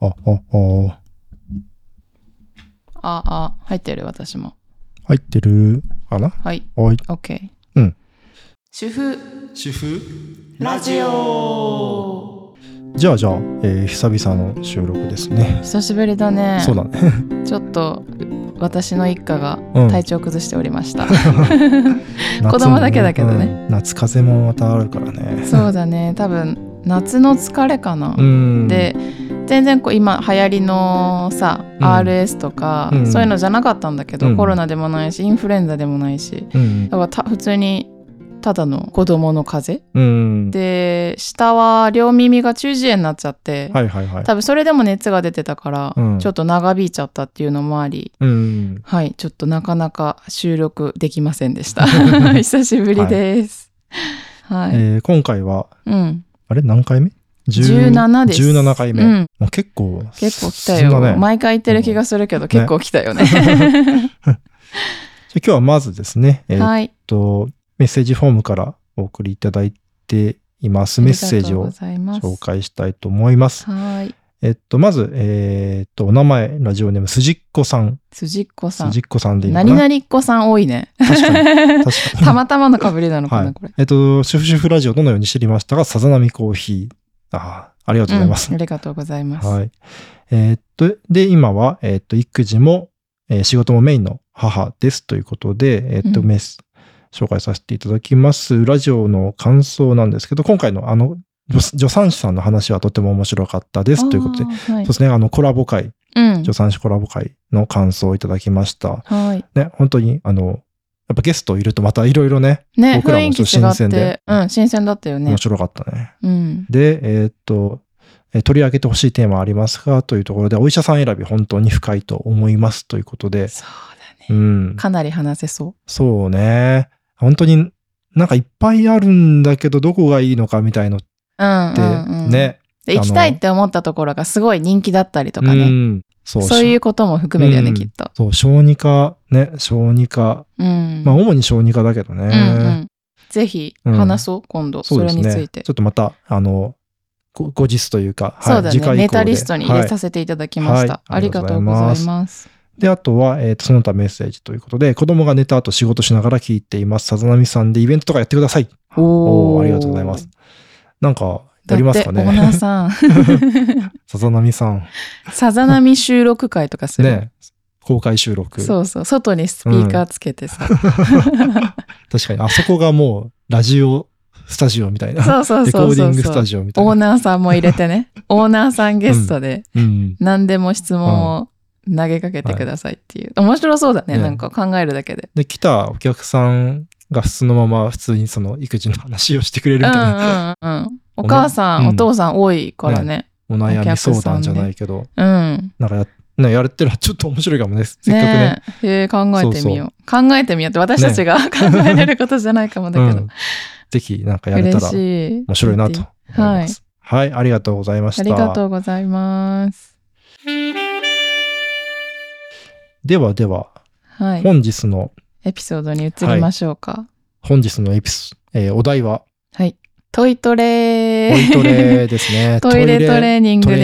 あ、あ、あ、あ、あ、入ってる、私も。入ってるかなはい、はい。 OK。うん。主婦、主婦じゃあじゃあ、えー久々の収録ですね。久しぶりだね。そうだね。ちょっと、私の一家がうん体調崩しておりました。 夏も子供だけだけどねうん夏風邪もまたあるからね。そうだね、多分、夏の疲れかな。うん。で、全然こう今流行りのさ、うん RS とか、うんそういうのじゃなかったんだけど、うんコロナでもないしインフルエンザでもないしうんだ。からた普通にただの子供の風邪うん。で下は両耳が中耳炎になっちゃって、はいはいはい。多分それでも熱が出てたから、うんちょっと長引いちゃったっていうのもありうん。はいちょっとなかなか収録できませんでし た久しぶりですはい、えー今回は、うんあれ何回目10 17です17回目。うんまあ結構、結構来たよ、進んだね毎回言ってる気がするけど、結構来たよねじゃあ今日はまずですね、 えーっ はいと、メッセージフォームからお送りいただいています。メッセージありがとうごをざいます紹介したいと思います。はいえっと、まず、えーっと、お名前、ラジオネーム、すじっこさん。辻っ子さすんじっこさんでいいのか何な々っ子さん多いね確 かに。確かに。たまたまのかぶりなのかな、はいこれえっと、主婦主婦ラジオどのように知りましたかさざ波コーヒー。ああ、ありがとうございます。うんありがとうございます、はい。えーっと、で、今は、えーっと、育児も、えー仕事もメインの母ですということで、えーっと、うんメス、紹介させていただきます。ラジオの感想なんですけど、今回のあの、助助産師さんの話はとても面白かったですということで、あーはいそうですね、あの、コラボ会、うん助産師コラボ会の感想をいただきました。はいね、本当に、あの、やっぱゲストいるとまたいろいろね、ね僕ら雰も囲ち気ょっと新違鮮っでてうん新鮮だったよね面白かったね。うんで、えーっと、えー取り上げてほしいテーマありますかというところで、お医者さん選び本当に深いと思いますということで、そうだうねん。かなり話せそそうね。本当になんかいっぱいあるんだけど、どこがいいのかみたいのっううんてうん、うん、ね。で行きたいって思ったところがすごい人気だったりとかうね、ん。そう。そういううことも含めだよね、うんきっとそう、小児科、ね、小児科。うん、まあ、主に小児科だけどね。うんうんぜひうん話そう、今度そそうでれすにつね。ちょいてっとまた、あの、ご後日というか、そうだ次回ね以降でネタリストに入はれいさせていただきました、はいありがとうございますで、あとは、えーとその他メッセージということで、子供が寝た後仕事しながら聞いています。さざなみさんでイベントとかやってください。おーおーありがとうございます。なんか、やりますかだってオーナーね。さ んさざなみさん。さざ波収録会とかする、ね。公開収録。そうそう外にスピーカーつけてさ、確かに、あそこがもう、ラジオスタジオみたいな。そうそうそうレコーディそンうグスそタうジオみたいオーな。ナーさんも入れてねオーナーさんゲストでうん。何でも質問を投げかけてくださいっていう、面白そうだねねなんか考えるだけでで、来たお客さんがそのまま普通にその育児の話をしてくれるみうんうたいな。んうんお母さん、うんお父さん多いからねお悩み相談じゃないけど、うんなんかや、ね、やれてるらちょっと面白いかもね。せっかくね。ねえへえ考えてみよう考えてみようって私たちが考えれることじゃないかもだけうど、んぜひなんかやれた嬉らし面い白いなと思います。はい、ありがとうございました。ありがとうございますではでは、はい本日の、エピソードに移りましょうか本日のエピス、えーお題は、はい、トイトレ。トイトレですね トイレトレーニントグレ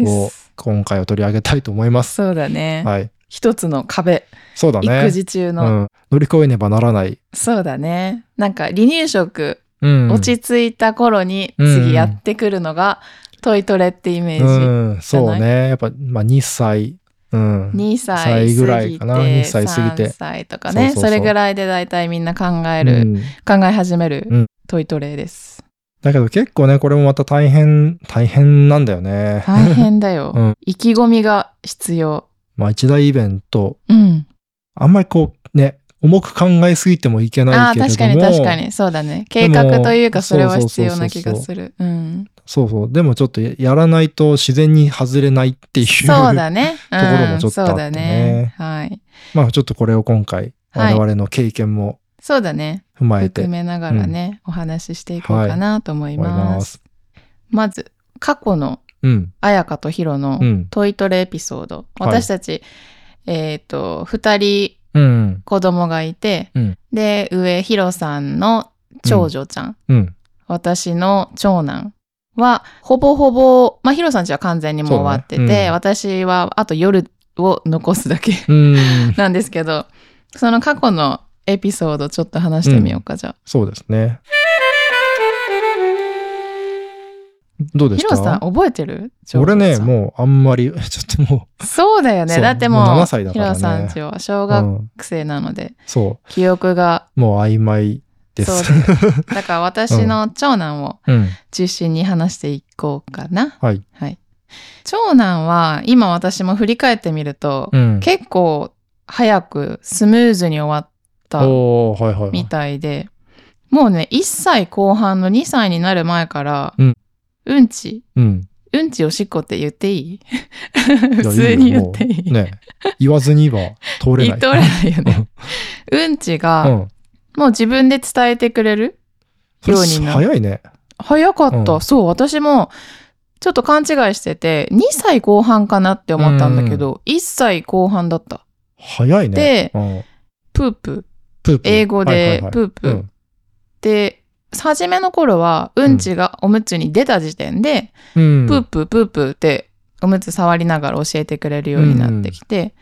ーニでングをす今回は取り上げたいと思います。そうだね、はい。一つの壁、そうだね。育児中うの、ん。乗り越えねばならない。そうだねなんか離乳食、うん。 落ち着いた頃にうん次やってくるのが、トイトレってイメージ、うん。そうね。やっぱ、まあ、2歳。うん。 2歳歳過ぎてぐらいかな2歳過ぎて3歳とかねそうそうそそうれぐらいで大体みんな考えうる、ん考え始める、うんトイトレですだけど結構ね、これもまた大変、大変なんだよね。大変だよ、 うん意気込みが必要まあ、一大イベント。うんあんまりこう、ね、重く考えすぎてもいけなあいあけれども。確かに確かにそうだね計画というかそれはそう必そうそう要そうな気がするうんそうそう。でもちょっとややらないと自然に外れないっていう。そうだね、うん、ところもちょっとあってねそうだねはい まあちょっとこれを今回、は我い々の経験もそうだね踏まえて含思いめながらね、お話ししていこうかなと思います,、ま。ますず過去のうん。彩香とヒロのうん。トイトレエピソードはい私たち、えっ、と2人うん。子供がいて、うんで上ヒロさんの長女ちゃん、うん。私の長男は、ほぼほぼ、まあ、ヒロさんちは完全にもう終わってて、そうねうん私はあと夜を残すだけうん。なんですけど、その過去のエピソードちょっと話してみようか、じゃそうですね。どうあ。でヒしロたさん覚えてる俺ね、う。もうあんまり、ちょ っともそうだよね。そうだってもう、もう7歳だからねヒロさんちは小う、学うん、生なので、そ記憶 が、う、もう曖昧です。そうだから私の長男を うん。中心に話していこうかな。はい。はい。長男は、今私も振り返ってみると、うん。結構早くスムーズに終わったおーはいはいはい。みたいで、もうね、1歳後半の2歳になる前から、うん、うんち、うん。うんちおしっこって言っていい い普や通に言っていいい。いよもうね。言わずには通れ言なっい。とれないよね。うんちうが、ん。もう自分で伝えてくれるそれようにな早いね。早かった、うんそう私もちょっと勘違いしてて2歳後半かなって思ったんだけど、1歳後半だった早いね。でうん、プーププープー英は語いはいではいプープ、うんで初めの頃はうんちがおむつに出た時点で、うんプープープープーっておむつ触りながら教えてくれるようになってきて、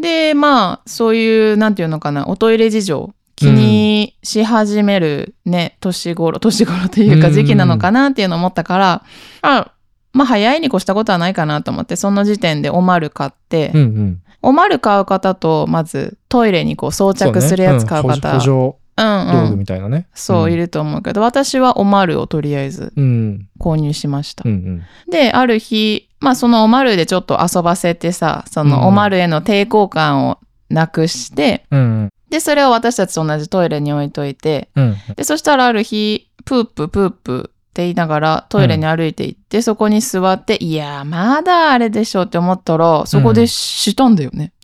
でまあそういうなんていうのかなおトイレ事情気にし始めるね、年頃年頃といううかん時期なのかなっていうのを思ったから、あまあ早いに越したことはないかなと思ってその時点でおまる買って、うんうん、おまる買う方とまずトイレにこう装着するやつ買うそね方ん補助補うん助道う具んみたいなね。そういる。ると思うけど、私はおまるをとりあえずうん。購入しましたうんう、ん。である日まあそのおまるでちょっと遊ばせてさそのおまるへの抵抗感をなくして、うんでそれを私たちと同じトイレに置いといてうん。うんで、そしたらある日、プーププープって言いながらトイレに歩いて行って、そこに座って、いやー、まだあれでしょって思ったら、そこでしたんだよね。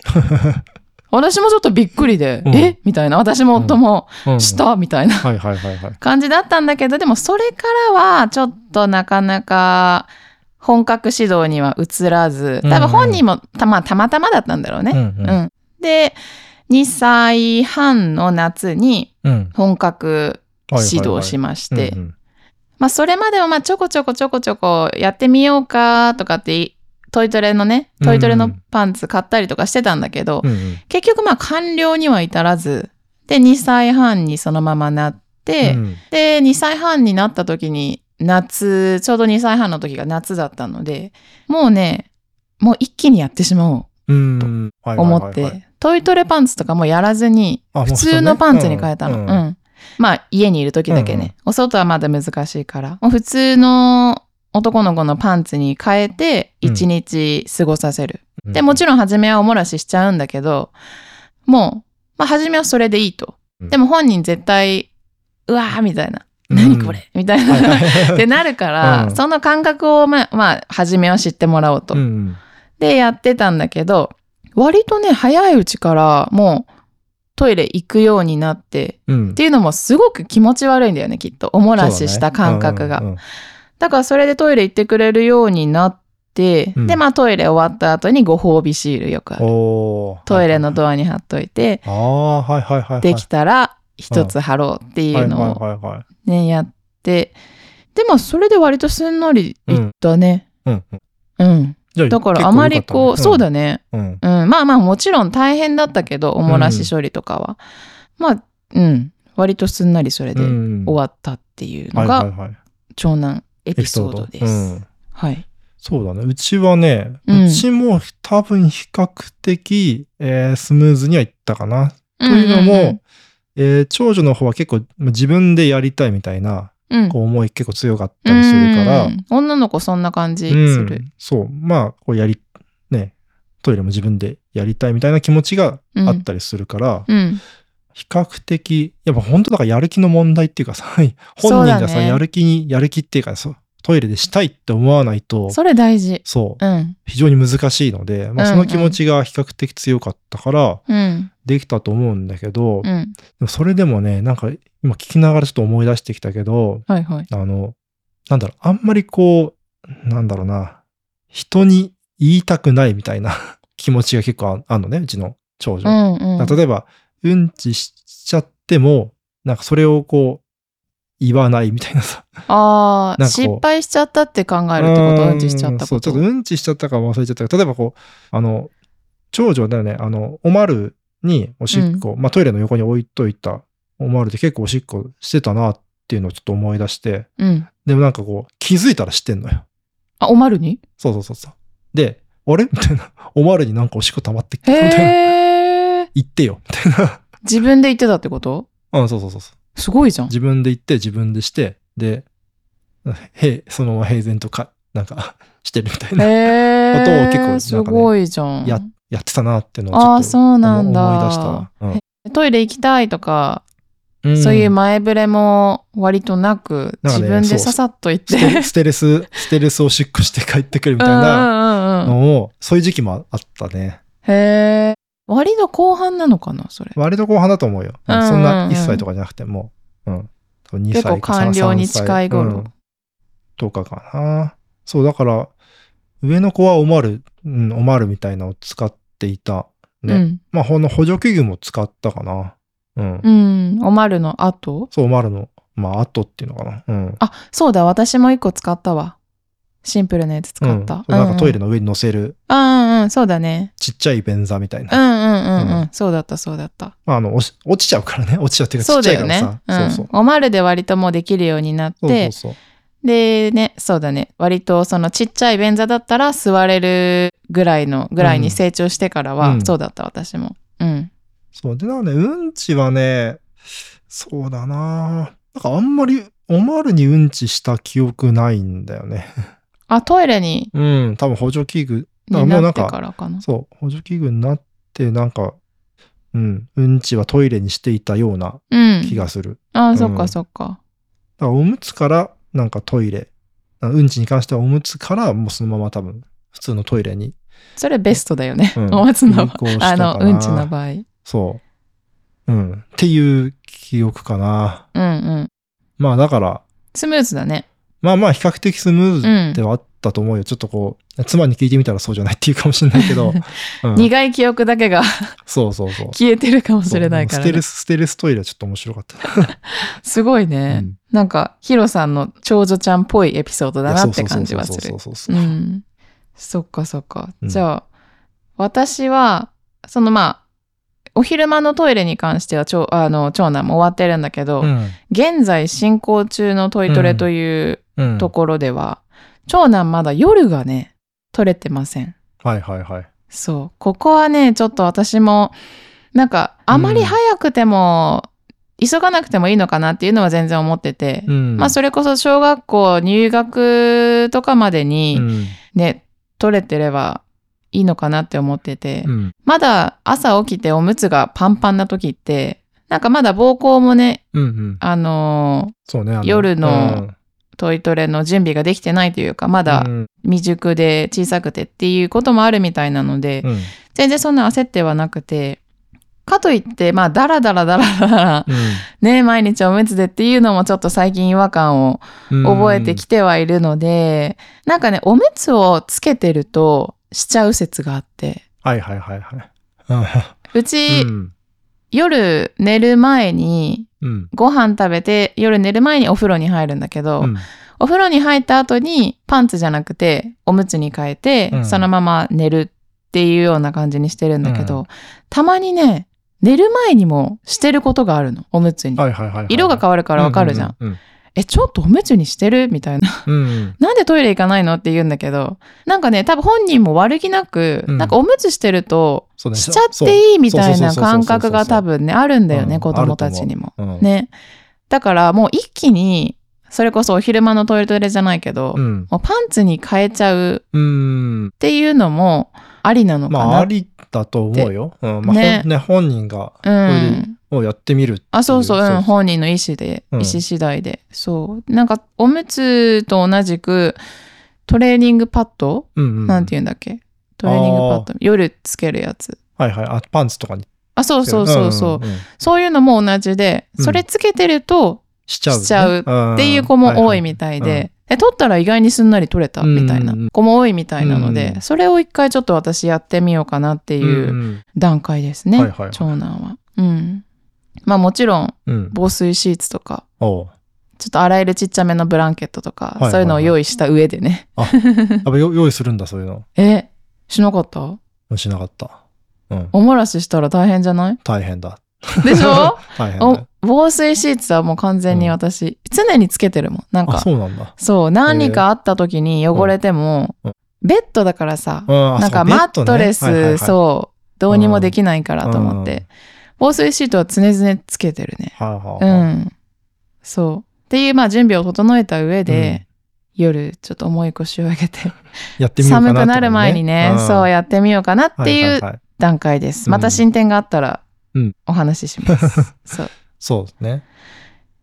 私もちょっとびっくりで、うんえみたいな。私も夫もうん。した、みたいなはいはいはいはい。感じだったんだけど、でもそれからはちょっとなかなか、本格指導には移らず、多分本人もた,、まあたまたまだったんだろううね。んうん。で、2歳半の夏にうん。うん。本格指導しままし、してまあそれまではまあちょこちょこちょこちょこやってみようかとかっていトイトレのねトイトレのパンツ買ったりとかしてたんだけど、うんうん。結局まあ完了には至らずで2歳半にそのままなって、うんで2歳半になった時に夏ちょうど2歳半の時が夏だったのでもうねもう一気にやってしまおうん。はいはうとい思はいっはいてトイトレパンツとかもやらずにあもう普通のパンツに変えたの。そううんねうんまあ、家にいる時だけね、うんうんお外はまだ難しいから。もう普通の男の子のパンツに変えて、うん一日過ごさせる。うんで、もちろん初めはおもらししちゃうんだけど、もう、まあ、初めはそれでいいと。うんでも本人絶対、うわーみたいな。うん何これみたいはいな。は っいてなるから、うんその感覚を、まあ、まあ、初めは知ってもらおうと。うんうんでやってたんだけど割とね早いうちからもうトイレ行くようになってうんっていうのもすごく気持ち悪いんだよねきっとおもらしした感覚がそだ,、うだねからそれでトイレ行ってくれるようになって、うんでまあトイレ終わった後にご褒美シールよくあうんうんるおートイレのドアに貼っといて、ああはいはいはいはいできたら一つ貼ろうっていうのをはいはいはいはいねやってでまあそれで割とすんなりいったねうんうんうん、じゃあだからあまりこう、そうだねねうんうん、まあまあもちろん大変だったけどおもらし処理とかは、まあうん割とすんなりそれで終終わったっていうはいのはいがはい長男エエピピソソーードドで。ですす。うんはい、そうだね。うちはね、うんうちも多分比較的、えースムーズにはいったかな。というのも、えー長女の方は結構ま自分でやりたいみたいなうんうんうん、こう思い結構強かったりするから、うん女の子そんな感じすうんる。そう、まあ、こうやり、ね、トイレも自分でやりたいみたいな気持ちがうんあったりするから、うん比較的、やっぱ本当だからやる気の問題っていうかさ、本そう人だねがさ、やる気に、やる気っていうかそう、トイレでしたいって思わないと、それ大事。そう、うん非常に難しいので、まあ、うんその気持ちが比較的強かったから、うんできたと思うんだけど、うでんもそれでもね、なんか今聞きながらちょっと思い出してきたけど、はいはい。あの、なんだろう、あんまりこう、なんだろうな、人に言いたくないみたいな 気持ちが結構ああんのね、うちの長う女。んうん。例えば、うんちしちゃっても、なんかそれをこ言わないみたいなさ。ああ、なんかこう失敗しちゃったって考えるってことーうんちしちゃったそこう、ちょと。っとうんちしちゃったか忘れちゃったか。例えばこう、あの、長女だよね、あの、おまるにおしっこ、まあトイレの横に置いといたおまるで結構おしっこしてたなっていうのをちょっと思い出して、うん。でもなんかこう、気づいたらしてんのよ。あ、おま るにそうそうそうそう。で、あれみたいな。おまるになんかおしっこ溜まってきたみたいな。へえ。言ってよ。みたいな。自分で言ってたってことうん、そうそうそうそう。すごいじゃん。自分で行って、自分でして、で、へそのまま平然とか、なんか、 してるみたいへな、こえ。とを結構なんかねすごいじゃん。ややってたなっていうのをちあょあ、っとそうなんだ。思い出した。トイレ行きたいとか、うんそういう前触れも割となく、なんか自ね分そでうささっと行っスて。テステレス、ステレスをしっこして帰ってくるみたいなうんうんうんうん。のを、そういう時期もあったね。へえ。割と後半なのかな、それ。割と後半だと思うよ。うんうんうんそんな1歳とかじゃなくても、うん。多分2歳か結構完了に近い頃3歳うんとかかな。そう、だから、上の子はおまる、うん、おまるみたいなのを使っていた。ね。うん。まあ、ほんの補助器具も使ったかな。うん。うん。おまるの後そう、おまるの、まあ、後っていうのかな。うん。あ、そうだ、私も一個使ったわ。シンプルなやつ使った。うん、なんかトイレの。の上に乗せるうんうんうん、そうだね。ちっちゃい便座みたいな。うんうんうんう。うんそうだった、そうだった。まあ、あの落ち落ちちゃうからね落ちちゃうっていうかちそっうちゃだいよからねさ。うんそうそうおまるで割ともうできるようになっそうそうて、そうでね、そうだね。割とそのちっちゃい便座だったら座れるぐらいの、ぐらいに成長してからは、うんそうだった、私も。うん。そうでなんかねうんちはねそうだななんかあんまりおまるにうんちした記憶ないんだよねあ、トイレに、うん多分補助器具だからにもうななっんてかからかな。そう補助器具になってなんかうんうんちはトイレにしていたようなうん。気がする、あんそっかそっか。だからおむつからなんかトイレうんちに関してはおむつからもうそのまま多分普通のトイレに、それベストだよね。うん お松の場移行したあかなの、うんちの場合。うんそう。うん。っていう記憶かな。うん。まあだから、スムーズだね。まあまあ比較的スムーズではあったと思うよ。ちょっとこう、妻に聞いてみたらそうじゃないっていうかもしれないけ ど。うん苦い記憶だけが そうそうそう。消えてるかもしれないかそうらステね、ルス、ステルストイレはちょっと面白かった。すごいね、うんなんかヒロさんの長女ちゃんっぽいエピソードだなって感じはすそるうそうそううそうそう。んそっかそっか、うんじゃあ私はそのまあお昼間のトイレに関しては長あの長男も終わってるんだけど、うん現在進行中のトイトレといううんところでは、長男まだ夜がね取れてませんはいはいはい。そう。ここはね、ちょっと私も、なんか、あまり早くても、急がなくてもいいのかなっていうのは全然思ってて、うんまあ、それこそ小学校入学とかまでにうんね、取れてればいいのかなって思ってて、うんまだ朝起きておむつがパンパンな時って、なんかまだ膀胱もね、うんうん。あのそうね。あ夜のートイトレの準備ができてないというか、まだうん未熟で小さくてっていうこともあるみたいなので、うんうん全然そんな焦ってはなくて、かといって、まあ、だらだらだらだら、 ね、毎日おむつでっていうのもちょっと最近違和感をうん覚えてきてはいるので、なんかね、おむつをつけてるとしちゃう説があって、はいはいはいはうい。ち、うん夜寝る前うに、んご飯食べて夜寝る前にお風呂に入るんだけど、うんお風呂に入った後にパンツじゃなくておむつに変えて、うんそのまま寝るっていうような感じにしてるんだけど、うんたまにね寝る前にもしてることがあるのおむつに、はいはいはいはい。色が変わるからわかるじゃん,、うううんえちょっとおむつにしてるみたいな うん。うんなんでトイレ行かないのって言うんだけどなんかね多分本人も悪気なく、うんなんかおむつしてるとそうねしちゃっていいみたいそなうそうそうそうそうそう感覚が多分ねあるんだよね、うん子供たちにも。そううんね。だからもう一気に、それこそお昼間のトイレトイレじゃないけど、うん。もうパンツに変えちゃうっうん。ていうのもありなのかまな。あ、ありだと思うよ。うん。まあ、ねほんね、本人が、うそれでん。をやってみるっていあ、そうそう、うん、本人の意思で、意うん思次第で。そう。なんか、おむつと同じく、トレーニングパッド、うんうん。なんて言うんだっけトレーニングパッド。夜つけるやつ。はいはい。あ、パンツとかに。あ、そうそうそうそう。んんんそういうのも同じで、うんそれつけてると、しちゃうね。しちゃうっっていう子も多いみたいで、で取ったら意外にすんなり取れたみたいなうんうん子も多いみたいなので、うんそれを一回ちょっと私やってみようかなってていう段階ですね、はいはいはい長男は。うん、まあもちろんうん。防水シーツとかおうちょっと洗えるちっちゃめのブランケットとか、いはいそういうのを用意した上でね。やっぱよ用意するんだ、そういうの。え、しなかったしなかった。うん。おもらししたら大変じゃない大変だ。でし ょ大変おだ。防水シーツはもう完全に私、常につけてるもん。なんあ、か、そうなんだ。そう、何かあった時に汚れても、うんベッドだからさ、ななんかマットレス、うそう、どうにもできないからと思っうんて、防水シートは常々つけてるね。ベッドね。はいはいはういはあはあん。そう。っていう、まあ準備を整えた上で、夜、ちょっと重い腰を上げて、やってみようかな寒と思うね。くなる前にね、そうややってみようかなっていうう。段階です。うんまた進展があったらうん、お話しし ます。そう。そうですね。うん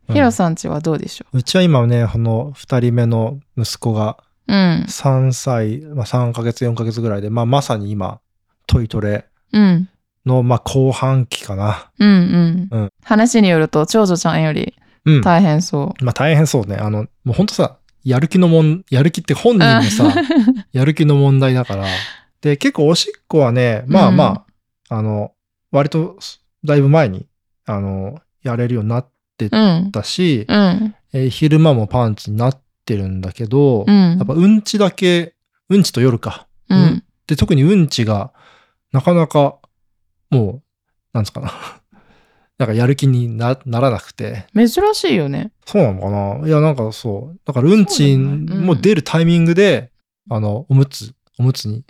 ヒロさんちはどうでしょうちは今ね、あの、二人目の息子がううん。 3歳、まあ、3ヶ月、4ヶ月ぐらいで、まあ、まさに今、トイトレうん。の、まあ、後半期かな。うんううんん。話によると、長女ちゃんよりうん。大変そまあ、大変そうね。あの、もう本当さ、やる気のもん、やる気って本人の さ、やる気の問題だから。で、結構おしっこはね、まあまあ、あの、割と、だいぶ前に、あの、やれるようになっう。うん。たし、うん。えー昼間もパンチになってるんだけど、うやんっぱうんちだけ、うんちと夜か。うん。で、特にうんちが、なかなか、もう、なんですかな。 なんかやる気になならなくて。珍しいよね。そうなのかないや、なんかそう。だからうんちそうだねうんも出るタイミングで、あの、おむつ、おむつに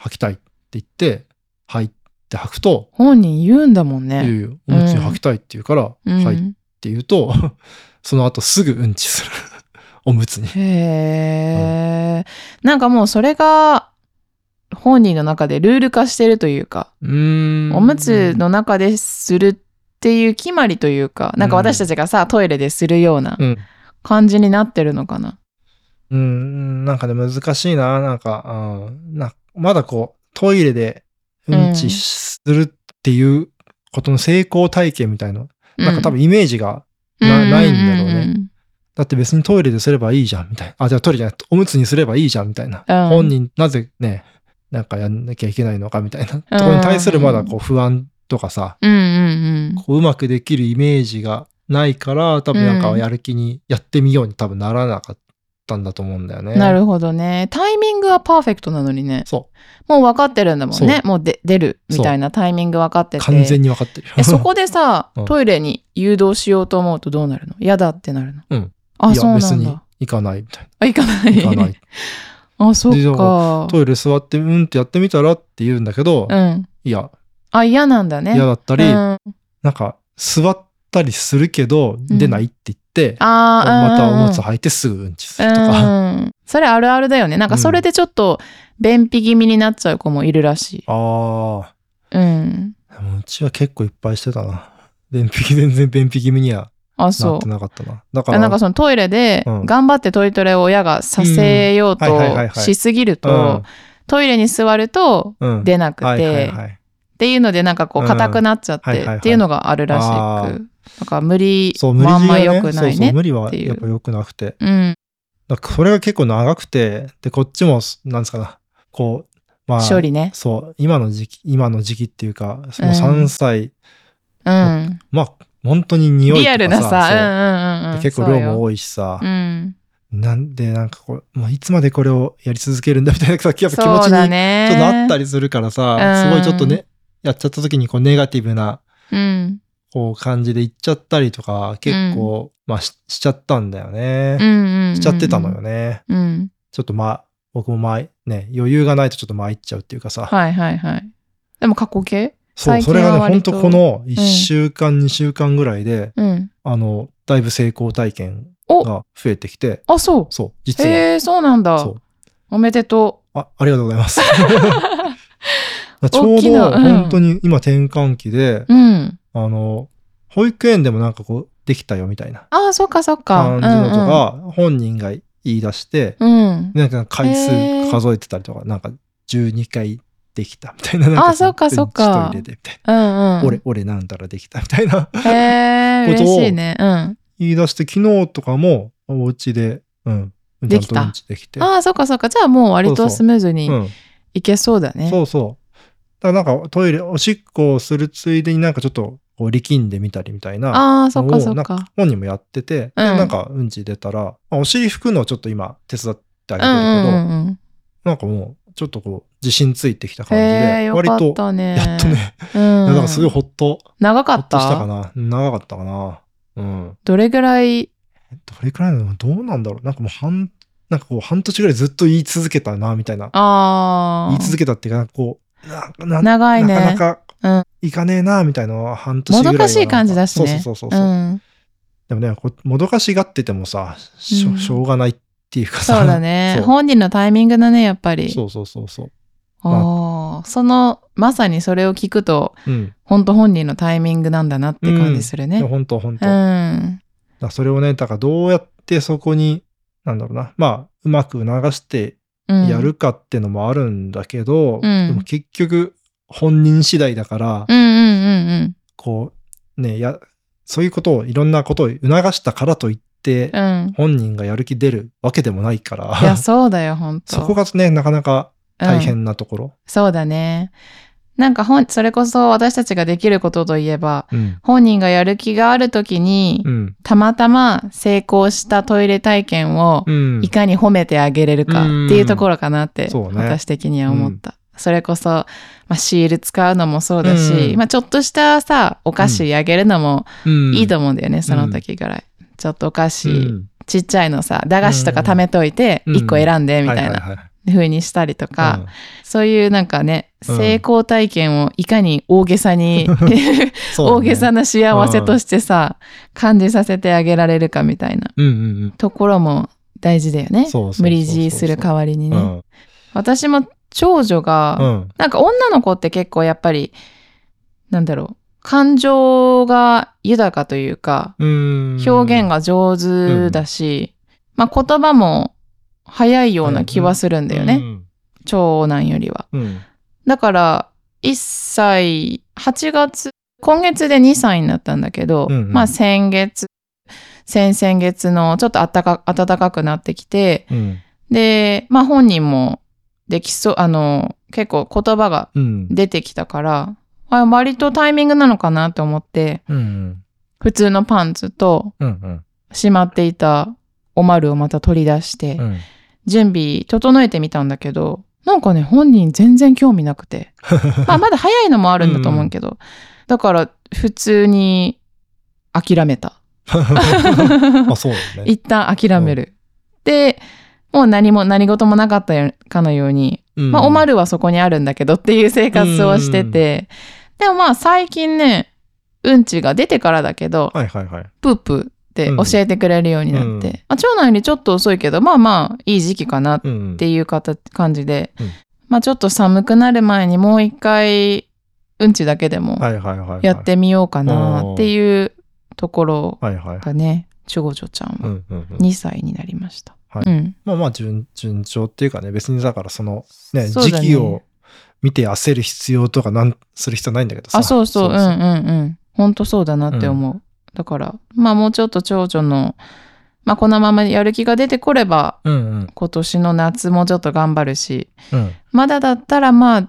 履きたいって言って、履いて履くと、本人言うんだもんいやね。いやおむつに履きたいって言うから、うはいっん。て言うと、 その後すぐうんちする。 おむつに。へえ。なんかもうそれが、本人の中でルール化してるというか、うーんおむつの中でするっていう決まりというか、なんか私たちがさ、トイレでするようなうん。感じになってるのかな。うん、なんかね、難しいな、なんか、うん、なまだこう、トイレでうんうんちするっていうことの成功体験みたいな、なんか多分イメージが、なうないんだろうね。だって別にトイレですればいいじゃん、みたいな。あ、じゃあトイレじゃなくて、おむつにすればいいじゃん、みたいな。うん本人、なぜね、なんかやんなきゃいけないのか、みたいな。ところに対するまだこう、不安とかさ、うんうんこううまくできるイメージがないから、多分なんうかんやる気にやってみように多分ならなかったんだと思うんだよね。うん。なるほどね。タイミングはパーフェクトなのにね。そう。もう分かってるんだもんね。そもうで出るみたいなタイミング分かってて。完全に分かってる よ。、え、そこでさうんトイレに誘導しようと思うとどうなるの嫌だってなるの。うん。あ、いやそうな別んにだ。行かないみ たいあ、行かない。な。行かない。 あ、そでだっかか。トイレ座ってうんってやってみたらって言うんだけど、うん。いや、あ、嫌なんだね。嫌だったり、うん、なんか座ったりするけど出ないって言って、あーまたおむつと履いてすぐうんちするとか。うん、それあるあるだよね。なんかそれでちょっと便秘気味になっちゃう子もいるらしい。あうん。あ、でもうちは結構いっぱいしてたな。便秘、全然便秘気味にはあ、なそってう。なかったな。だから、なんかそのトイレでうん頑張ってトイトレを親がさせよううんはいはいはいとはいしすぎると、トイレに座るとうん、うん出なくはいはいて、はい。っていうのでなんかこううん硬くなっちゃっはいはいはていっていうのがあるらしあく。だから無理そう、無理まあん強まいは良ねくそなういそう、ね。無理はていうやっぱ良くなくて。うん。だからそれが結構長くて、で、こっちも、なんですかな、こう、まあ、処理ね。そう、今の時期、今の時期っていうか、そのうん3歳、うん。まあ、本当に匂いとかさリアルなそうさ、うんうんうんうん。で結構量も多い。多いしさ、うん。なんで、なんかこう、もういつまでこれをやり続けるんだみたいな さ、やっぱ気持ちにそうだちね。ょっとなったりするからさ、うすごんいちょっとね、やっちゃった時にこう、ネガティブな、うん。こう、感じでいっちゃったりとか、結構、まあし、しちゃったんだよね。うんうんうん。しちゃってたのよ。ね。うん。ちょっとまあ、僕もまあ、ね、余裕がないとちょっと参っちゃうっていうかさ、はいはいはい。でも過去形そう、最そ近れがね、はほん割ととこの1週間、2週間ぐらいで、うん。あの、だいぶ成功体験おが増えてきて、あ、そそう、う。実は、へえ、そうなんだそ。う、おめでとあ、ありがとうござい ます。ちょ大うきなど、うん本当に今転換期で、う。うん。あの、保育園でもなんかこう、できたよみたいなああ、そっかそっか。感じのとか、本人が言い出して、うんうん。なんか回へ数ー数えてたりとか、なんか12回できたみたいな。なんあそっかそっか一人でみたいうんうんな。うん。俺、俺なんたらできたみたいな。へ え、ことを嬉しいね。うん。あ言い出して、昨日とかもお家で、うん。できたちゃんとうんちできて。あー、そっかそっか。じゃあもう割そうとそうスムーズうにん。いけそうだね。そうそう。だからなんかトイレ、おしっこをするついでになんかちょっとこう力んでみたりみたいなああ、のそっかそをっなんかか。本人もやってて、でなんかうんち出たら、まあお尻拭くのをちょっと今手伝ってあげうてるけど、んうんうんうん。なんかもうちょっとこう自信ついてきた感じへえ、でよ割かっとたね。やっとね、うん。なんかすごいほっと長かほっっとしたかたな長かったかなうんどれぐらいどれくらいなのどうなんだろうなんかもう半なんかこう半年ぐらいずっと言い続けたなみたいなああ。言い続けたっていうかなんかこうなな長いね。なかうなんかいかねえなみたいなのは半年ぐらいはもどかしい感じだしねなんかそうそうそうそう、うん。でもねこうもどかしがっててもさしうょんしょうがないっていうかさそうだね。そう本人のタイミングだね、やっぱり。 そうそうそうそうおーその、まさにそれを聞くと、うん本当本人のタイミングなんだなって感じするね。本当本う当、ん。だからそれをね、だからどうやってそこに、なんだろうな、まあ、うまく流してうんやるかってのもあるんだけど、うんでも結局、本人次第だから、うんうんうんうん。こう、ね、や、そういうことを、いろんなことを促したからといって、うん。本人がやる気出るわけでもないから、 いや、そうだよ、本当そこがね、なかなか大うん変なところ。そうだね。なんか本、それこそ私たちができることといえば、うん。本人がやる気があるときに、うん。たまたま成功したトイレ体験を、うん。いかに褒めてあげれるかっていうところかなって、んそうね私的には思った。それこそ、まあ、シール使うのもそうだし、うんまあ、ちょっとしたさ、お菓子あげるのもうんいいと思うんだよね、その時ぐらい。ちょっとお菓子、うんちっちゃいのさ、駄菓子とか貯めといて、うん一個選んでみたいはなはいはい風にしたりとか、うんそういうなんかね、うん成功体験をいかに大げさに、 そうだね大げさな幸せとしてさ、感じさせてあげられるかみたいなうんうんうんところも大事だよね。そうそうそうそう無理強いする代わりにうね。ん私も長女が、うんなんか女の子って結構やっぱり、なんだろう、感情が豊かというか、表表現が上手だし、まあ言葉も早いような気はするんだよね。長男よりは。うん。うんだから、1歳、8月、今月で2歳になったんだけど、うんうんまあ先月、先々月のちょっとあったか、暖かくなってきて、うんで、まあ本人もできそう、あの、結構言葉がうん出てきたから、あ割とタイミングなのかなと思って、うん普通のパンツとうんうんしまっていたおまるをまた取り出して、うん準備整えてみたんだけど、なんかね、本人全然興味な くて。まあ、まだ早いのもあるんだと思うけど。だから、普通に諦めた。 あそうだね。一旦諦める。で、もう何も、何事もなかったよかのように、まあ、おまるるはそこにあるんだけどっていう生活をしてて、でもまあ、最近ね、うんちが出てからだけど、はいはいはい。プープーって教えてくれるようになって、うんうんまあ、長男よりちょっと遅いけど、まあまあ、いい時期かなっうんっていう形感じで、うんまあちょっと寒くなる前にもう一回うんちだけでもはいはいはいはい。やってみようかなっていうところはいはいはい。がね長女ちゃんうはんうんうん2歳になりました。はいうんまあまあ順順調っていうかね別にだからそのねそう時だね期を見て焦る必要とかなんする必要ないんだけどさ。あそうそううんうんうん本当そうだなって思う、だからまあもうちょっと長女の、まあ、このままやる気が出てこればうんうん今年の夏もちょっと頑張るしうん。まだだったらまあ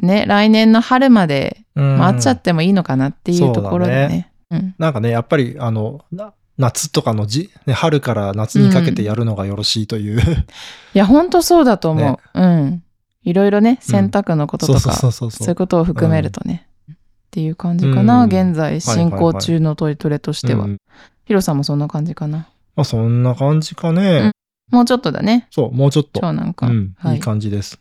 ね来年の春までうん待っちゃってもいいのかなっていうところでね。うんなんかねやっぱりあのな夏とかのじ、ね、春から夏にかけてやるのがよろしいという、いや、ほんとそうだと思う。うん。いろいろね、選択のこととそうか、そうそそううそういうう。ことを含めるとね。っていう感じかな、うん現在進行中のトイトレとしては。うんヒロさんもそんな感じかな。まあそんな感じかね。うんもうちょっとだね、そうもうちょっと。長男か。うん、はいい感じです。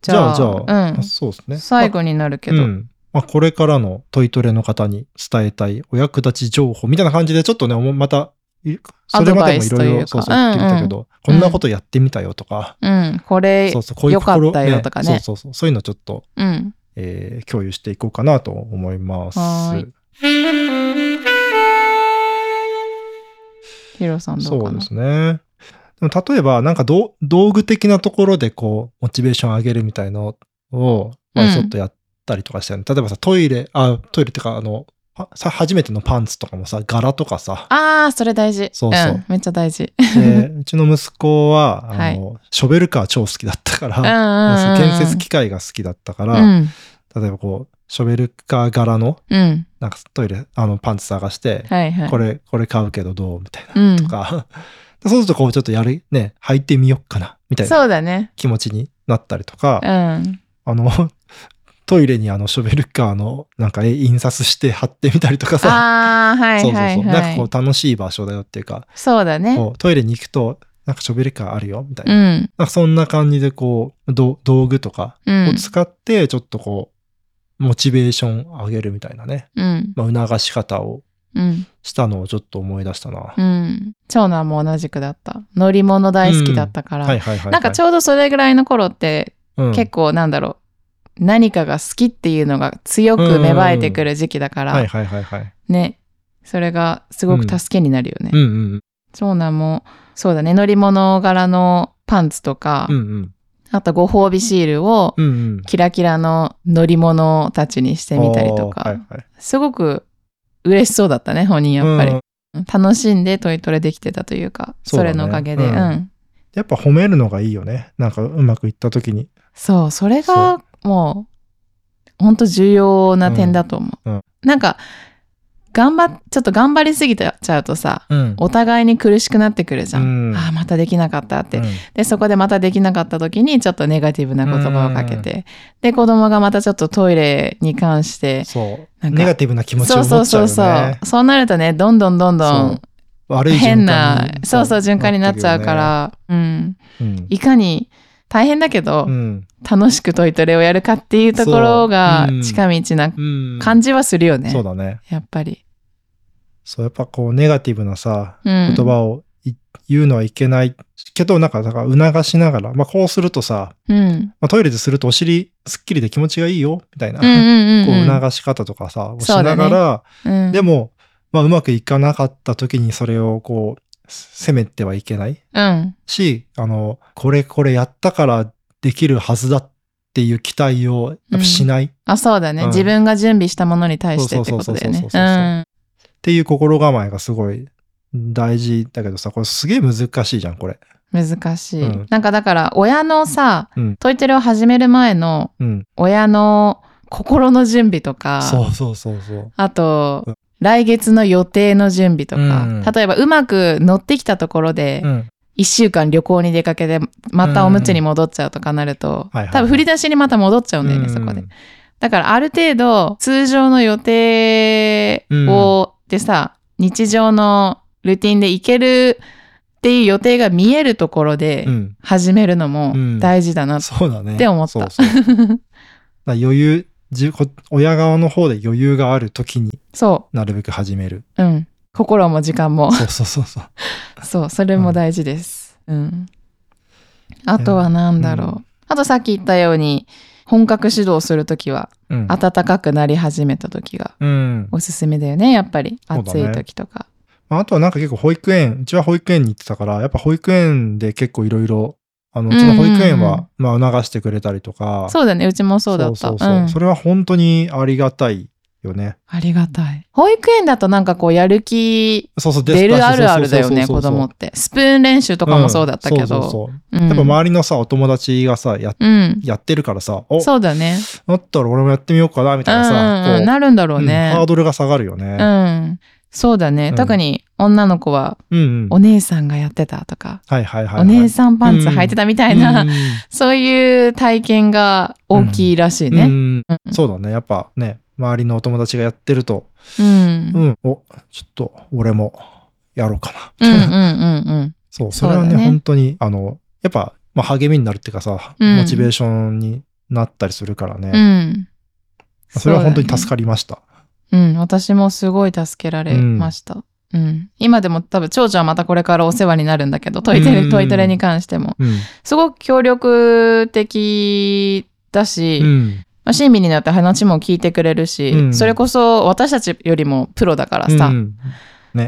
じゃあ、じゃあ、うんあそうですね。最後になるけまあど、うんまあ、これからのトイトレの方に伝えたいお役立ち情報みたいな感じで、ちょっとね、おもまた、いそれまでもいろいろそうそうア言っドバイスというかてみたけど、こんなことやってみたよとか、うん、これそう、そう、こういうよかったよとかねそうそうそう、そういうのちょっと、うん。えー共有していこうかなと思います。はーいヒロさんどうそかうでな。すね。でも例えば、なんかどう道具的なところでこう、モチベーション上げるみたいのを、うまんあ、ちょっとやったりとかして、ね例えばさ、トイレ、あ、トイレってか、あの、はさ、初めてのパンツとかもさ、柄とかさ、ああ、それ大事。、そうそうんめっちゃ大事。で、うちの息子は、あの、ショベルカー超好きだったかうんうら、んうんうん建設機械が好きだったかうら、ん。例えばこう、ショベルカー柄の、うん。なんかトイレ、あの、パンツ探して、はいはい。これ、これ買うけどどうみたいうんな、と か。そうするとこう、ちょっとやる、ね、履いてみよっかな、みたいなそうだね。気持ちになったりとかう、ん。あの、 トイレにあの、ショベルカーの、なんか、え印刷して貼ってみたりとかさ。ああ、はいそうそうはいそう。なはんかい。こう、楽しい場所だよっていうか、そうだね。こうトイレに行くと、なんかショベルカーあるよ、みたいうな。ん。なんかそんな感じでこう、ど道具とかうをん。使って、ちょっとこう、モチベーション上げるみたいなね、うん。まあ、促し方をうん。したのをちょっと思い出したな。うん。長男も同じくだった。乗り物大好きだったから。はいはいはいはい。なんかちょうどそれぐらいの頃って、うん結構なんだろう、何かが好きっていうのが強く芽生えてくる時期だから、はいはいはいはい。ね。それがすごく助けになるよね。うんうん。長男も、そうだね、乗り物柄のパンツとか、うんうん。あとご褒美シールをうんうん。キラキラの乗り物たちにしてみたりとか、あーはいはいすごく嬉しそうだったね、本人やっぱり。うん楽しんでトイトレできてたというか、そうそだねれのおかげで、ううんん。やっぱ褒めるのがいいよね。なんかうまくいった時に。そう、それがもう、ほんと重要な点だと思う。うんうんなんか、頑張っ、ちょっと頑張りすぎてちゃうとさ、うんお互いに苦しくなってくるじゃん。うんああ、またできなかったって。うんで、そこでまたできなかった時にちょっとネガティブな言葉をかけて、で、子供がまたちょっとトイレに関して、なんかネガティブな気持ちそを持うっちゃうそようね。そうそう。そうなるとね、どんどんどんどん悪い循環変な、にそうそう循環になっちゃうか。ら、うん。うん。いかに大変だけど、うん。楽しくトイトレをやるかっていうところがそううん近道なうん感じはするよね。そうだね。やっぱり。そう、やっぱこう、ネガティブなさ、うん。言葉をい言うのはいけないけど、なんか、だから促しながら、まあこうするとさ、うん。まあ、トイレでするとお尻すっきりで気持ちがいいよ、みたいな、うんうんうん、うん。こう促し方とかさ、をしそうだなねがら、うん、でも、まあうまくいかなかった時にそれをこう、責めてはいけないうん。し、あの、これこれやったからできるはずだっていう期待をやっぱしないっあ、そうだね、うん自分が準備したものに対してってそうこそうとそうだよそうそうそうそうね。ていう心構えがすごい大事だけどさ、これすげえ難しいじゃん、これ。うん。難しい。うんなんかだから、親のさ、うんトイトレを始める前のうん。親の心の準備とか、そうそうそうそう。あと、うん来月の予定の準備とか、うん例えばうまく乗ってきたところで、うん。 1週間旅行に出かけて、またおむつに戻っちゃうとかなると、はいはい多分振り出しにまた戻っちゃうんだよね、そこで。だからある程度、通常の予定を、でさ、日常のルーティンで行けるっていう予定が見えるところでう、ん。始めるのもうん大事だなと。そうだね。って思ったそうそうだから余裕、じこ親側の方で余裕がある時にそなるべく始める。う。うん。心も時間 も。そうそうそうそう。そう、それも大事です。うん。あとは何だろう。うあとさっき言ったように、本格指導するときは、うん。暖かくなり始めたときがうん。おすすめだよね、やっぱり。そうだ暑ねいときとか。まああとはなんか結構保育園、うちは保育園に行ってたから、やっぱ保育園で結構いろいろ、あの、うちの保育園うんうんは、まあ促してくれたりとか。そうだね、うちもそうだった。そううそうそう。んそれは本当にありがたいよね。ありがたい。保育園だとなんかこう、やる気そうそう、出るあるあるだよね、そう子そうそう供って。スプーン練習とかもそうだったけんそうど。そうそうややっぱ周りのさ、お友達がさ、やうん。やってるからさ、おそうだね。なったら俺もやってみようかな、みうたいんなさ、うんうこん。うなるんだろううんハーね。ドルが下がるようね。ん。そうだね。うん特に女の子はうん、うん。お姉さんがやってたとか、はいはいはいはい。お姉さんパンツ履いてたみたいな、うんそういう体験が大きいらしいうんうね。んうんそうだね。やっぱね、周りのお友達がやってると、うん。うんうん、お、ちょっと俺もやろうかうんうな。んうん そう、そそうれだはねね、本当に、あの、やっぱ、まあ、励みになるっていうかさ、うんモチベーションになったりするからね。うん。うん。それは本当に助かかりました。る。うん。私もすごい助けられました。うん。今でも多分、長女はまたこれからお世話になるんだけど、トイトうんレ、トイトレに関しても。うん。すごく協力的だし、うん。まあ、親身になって話も聞いてくれるし、うんそれこそ私たちよりもプロだからさ、うん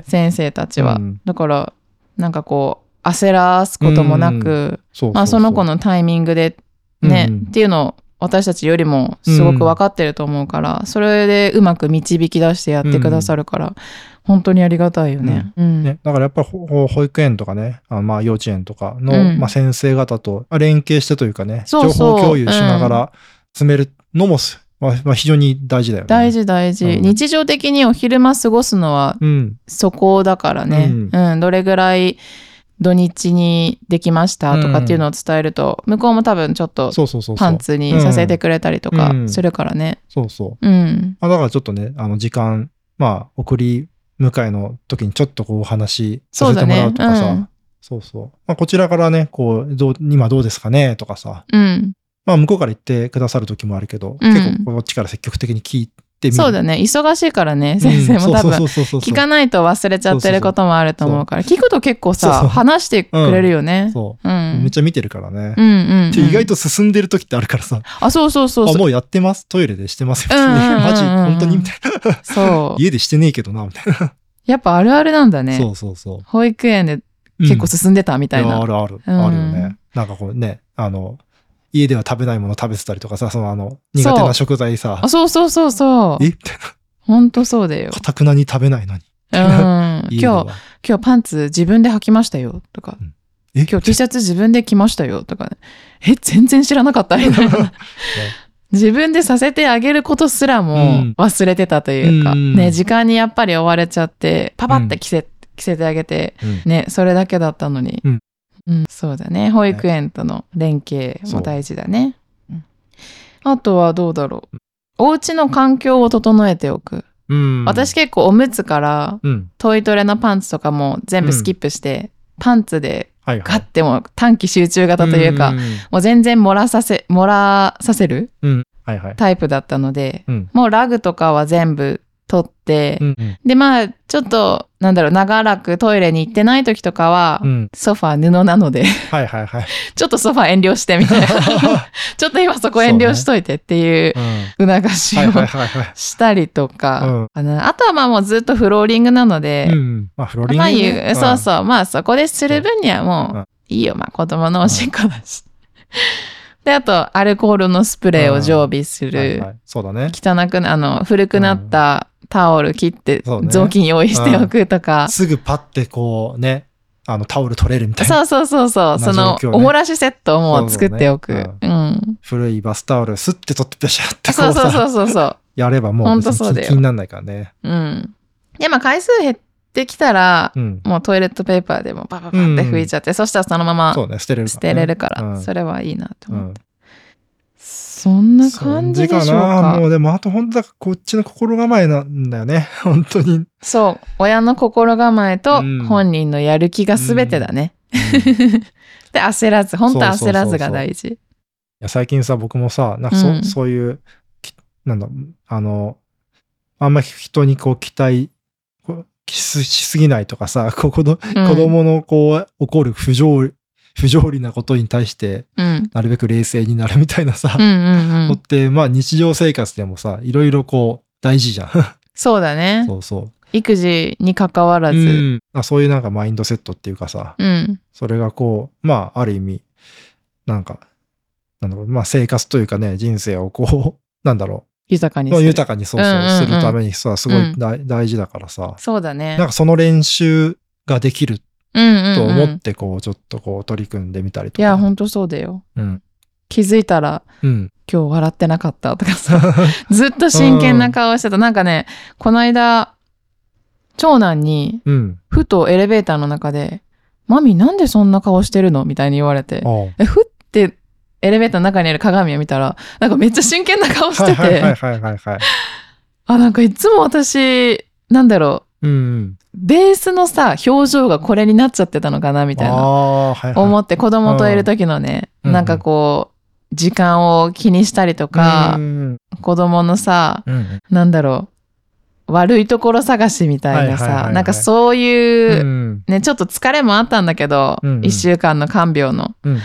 先生たちは、うんだからなんかこう焦らすこともなうく、そうそうまあ、その子のタイミングでね、うんっていうのを私たちよりもすごく分かってると思うから、それでうまく導き出してやってくださるから、本当にありがたいよね。うんね、だからやっぱほほ保育園とかね、あまあ幼稚園とかの、うんまあ先生方とまあ連携してというかね、そう情そう報共有しながら進めるのもすまあ、まあ、非常に大事だよね。大。事大事、うん日常的にお昼間過ごすのはうん。そこだからね、ううんどれぐらい土日にできましたとかっていうのを伝えると、向こうも多分ちょっとそうそうそうそう。パンツにさせてくれたりとかうんするからね。そうそう。うん。まあ、だからちょっとね、あの、時間、まあ、送り迎えの時にちょっとこう、お話しそさうせてだもらねう。とうかさ、ん。そうそう。まあ、こちらからね、こう、どう、今どうですかねとかさ、うん。まあ、向こうから言ってくださる時もあるけど、うん結構こっちから積極的に聞いてみる。そうだね。ね。忙しいからね、先生も多分。そうそうそうそう聞かないと忘れちゃってることもあると思うから、聞くと結構そうそさ、う話してくれるよね。そうう。ん。めっちゃ見てるからね。うんうんうんで意外と進んでる時ってあるからさ、あ、そうそうそうあ、そう。もうやってます。トイレでしてますよ。うんうんうんうん マジ本当にみたいな。そう。家でしてねえけどな、みたいな。やっぱあるあるなんだね。そうそうそ保育園でう。結構進んでたみたいいやなあ。るある。うんあるよね。なんかこうね、あの、家では食べないもの食べてたりとかさ、そのあの、苦手な食材さあ、、そうそうそうそうえ。みたいな。ほんとそうだよ。かたくなに食べないのに。うん。今家では日、今日パンツ自分で履きましたよ。とか。え今日 T シャツ自分で着ましたよ。とかね。え、全然知らなかった。みた いな自分でさせてあげることすらもうん忘れてたというか、うんね、時間にやっぱり追われちゃって、パパって着せ、着せてあげて、うんね、それだけだったのに。うんうんそうだね。保育園との連携も大事だね。うんあとはどうだろう。お家の環境を整えておく。うん。私、結構おむつからうん。トイトレのパンツとかも全部スキップして、パンツではいはガい。ッてもう短期集中型というか、んもう全然漏らさせ、漏らさせるうん。はいはい。タイプだったので、うん。もうラグとかは全部取って、うんうん。で、まあ、ちょっと、なんだろう、長らくトイレに行ってない時とかは、うん。ソファー布なので、 はいはいはい。ちょっとソファー遠慮して みたいな。ちょっと今そこ遠慮しといてっていううん。促しはいはいをはいはい。したりうとんか、かなあとはまあもうずっとフローリングなので、うん。まあ、フローリングまあね、言う、そうそう、まあそこでする分にはうもんういいよ、まあ子供のおしっこだし。で、あと、アルコールのスプレーを常備すうんはいはる。い。そうだね。汚くな、あの、古くなったタオル切ってそうね雑巾用意しておくとか。すぐパッてこうね、あの、タオル取れるみたいな。そうそ うそうそう、まそあの、状況ねおもらしセットをもう作っておく。そううだねん。古いバスタオル、スッて取って、ペシャってこそううそうそさ、うそうそう。やればもうほん別とそうだによ気になんないからね。うん。で、まあ回数減ってきたら、うん。もうトイレットペーパーでもパパパって拭いちゃって、そしたらそのままそうね、捨てれる捨てれるから、うんそれはいいなとう思う。ん。そんな感じでしょうそんな感じか。もうでも、あと本当だからこっちの心構えなんだよね。 本当 に。そう、親の心構えとうん本人のやる気が全てだ ね。で、焦らず、本当焦らずが大事。いや最近さ僕もさなんかそ,、うんそういうきなんだあのあんまり人にこう期待こうしすしすぎないとかさこう子どうん子供のこう起こる不条理不条理なことに対してうんなるべく冷静になるみたいなさ、うんうんうのっん。てまあ日常生活でもさいろいろこう大事じゃんそうだね。そうそう、育児に関わらうず。んあそういうなんかマインドセットっていうかさうん。それがこうまあある意味なんかなんだろうまあ生活というかね人生をこうなんだろう豊 かにまあする。豊かにそうそううんうんうすんるためにさ、すごういん大,、大事だからさ、そうだねなん。かその練習ができるうんうんうん。と思って、こう、ちょっとこう取り組んでみたりといか。や、ほんとそうだよ。うん。気づいたら、うん。今日笑ってなかったと かさ、ずっと真剣な顔してた。なんかね、この間、長男に、 うん。ふとエレベーターの中で、マミなんでそんな顔してるのみたいに言われてあ、あえふってエレベーターの中にある鏡を見たら、なんかめっちゃ真剣な顔してはいはいて、はいはいはい。あ、なんかいつも私、なんだろう、うんうん。ベースのさ、表情がこれになっちゃってたのかなみたいあな。あ、はいはい。思って子供といる時のね、うんなんかこう、時間を気にしたりとか、うん子供のさ、うんうんなんだろう、悪いところ探しみたいなはいはいはいはさ、いなんかそううん。いうう、んね、ちょっと疲れもあったんだけど、一うんうん週間の看病の。うんうん。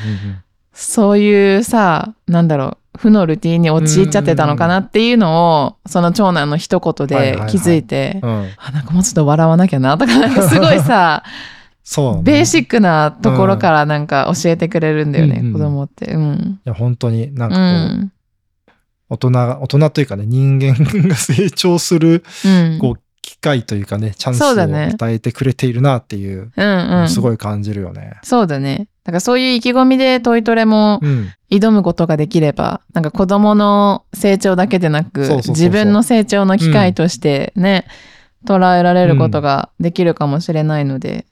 そういうさ、なんだろう、負のルーティンに陥っちゃってたのかなっていうのを、その長男の一言はいはでいはい気づいて、うん、あ、なんかもうちょっと笑わなきゃなとか、なんかすごいさ、 そうなんだね、ベーシいックなところからなんか教えてくれるんだよね、うんうん子供って。うん。や本当になんうかこう、ん。大人が大人というかね人間が成長するうん。こう機会というかね、チャンスそうをだね与えてくれているなっていう、うんうん。すごい感じるよね。そうだね。だからそういう意気込みでトイトレもうん。挑むことができれば、なんか子供の成長だけでなそうく、そうそうそう自分の成長の機会としてね、捉えられることができるかもしれないので、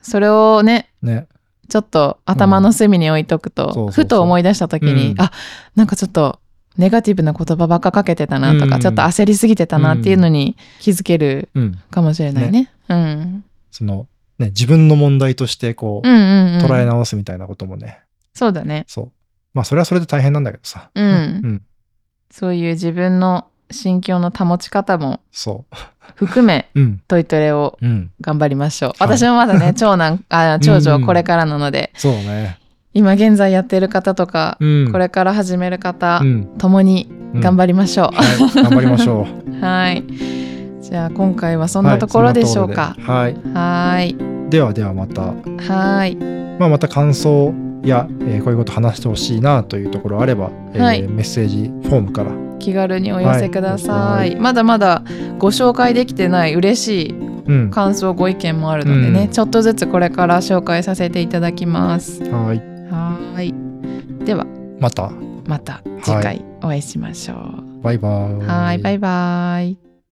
それをね、ね。ちょっと頭の隅に置いとくうんそうそうと、そうふと思い出した時に、うんあ、なんかちょっとネガティブな言葉ばっかかけてたなとか、うんちょっと焦りすぎてたなっていうのに気づけるうん。かもしれないね。うん。その、ね、自分の問題としてこうう、んうん、うん。捉え直すみたいなこともね、そうだね。そう。まあ、それはそれで大変なんだけどさ。うんうん。そういう自分の心境の保ち方もそ含め、う。うん。トイトレをうん。頑張りましょう。はい私もまだ ね、長男、あ長女はこれからなので、そうだね。今現在やってる方とか、うん。これから始める方、うん。共に頑張張りましょはい。頑張りまし ょう。う。はい。じゃあ今回はそそんなところでしょうか。はい。そんなところではい。はいではではまた。はい。まあ、また感想や、えーこういうこと話してほしいなというところあれば、えーはいメッセージフォームから気軽にお寄せくださ。はいいまだまだご紹介できてない嬉しいうん感想、ご意見もあるのでうね、んちょっとずつこれから紹介させていただきます。はいはーい。ではまたまた次回お会いしましょう。バイバーイはーい、バイバイ。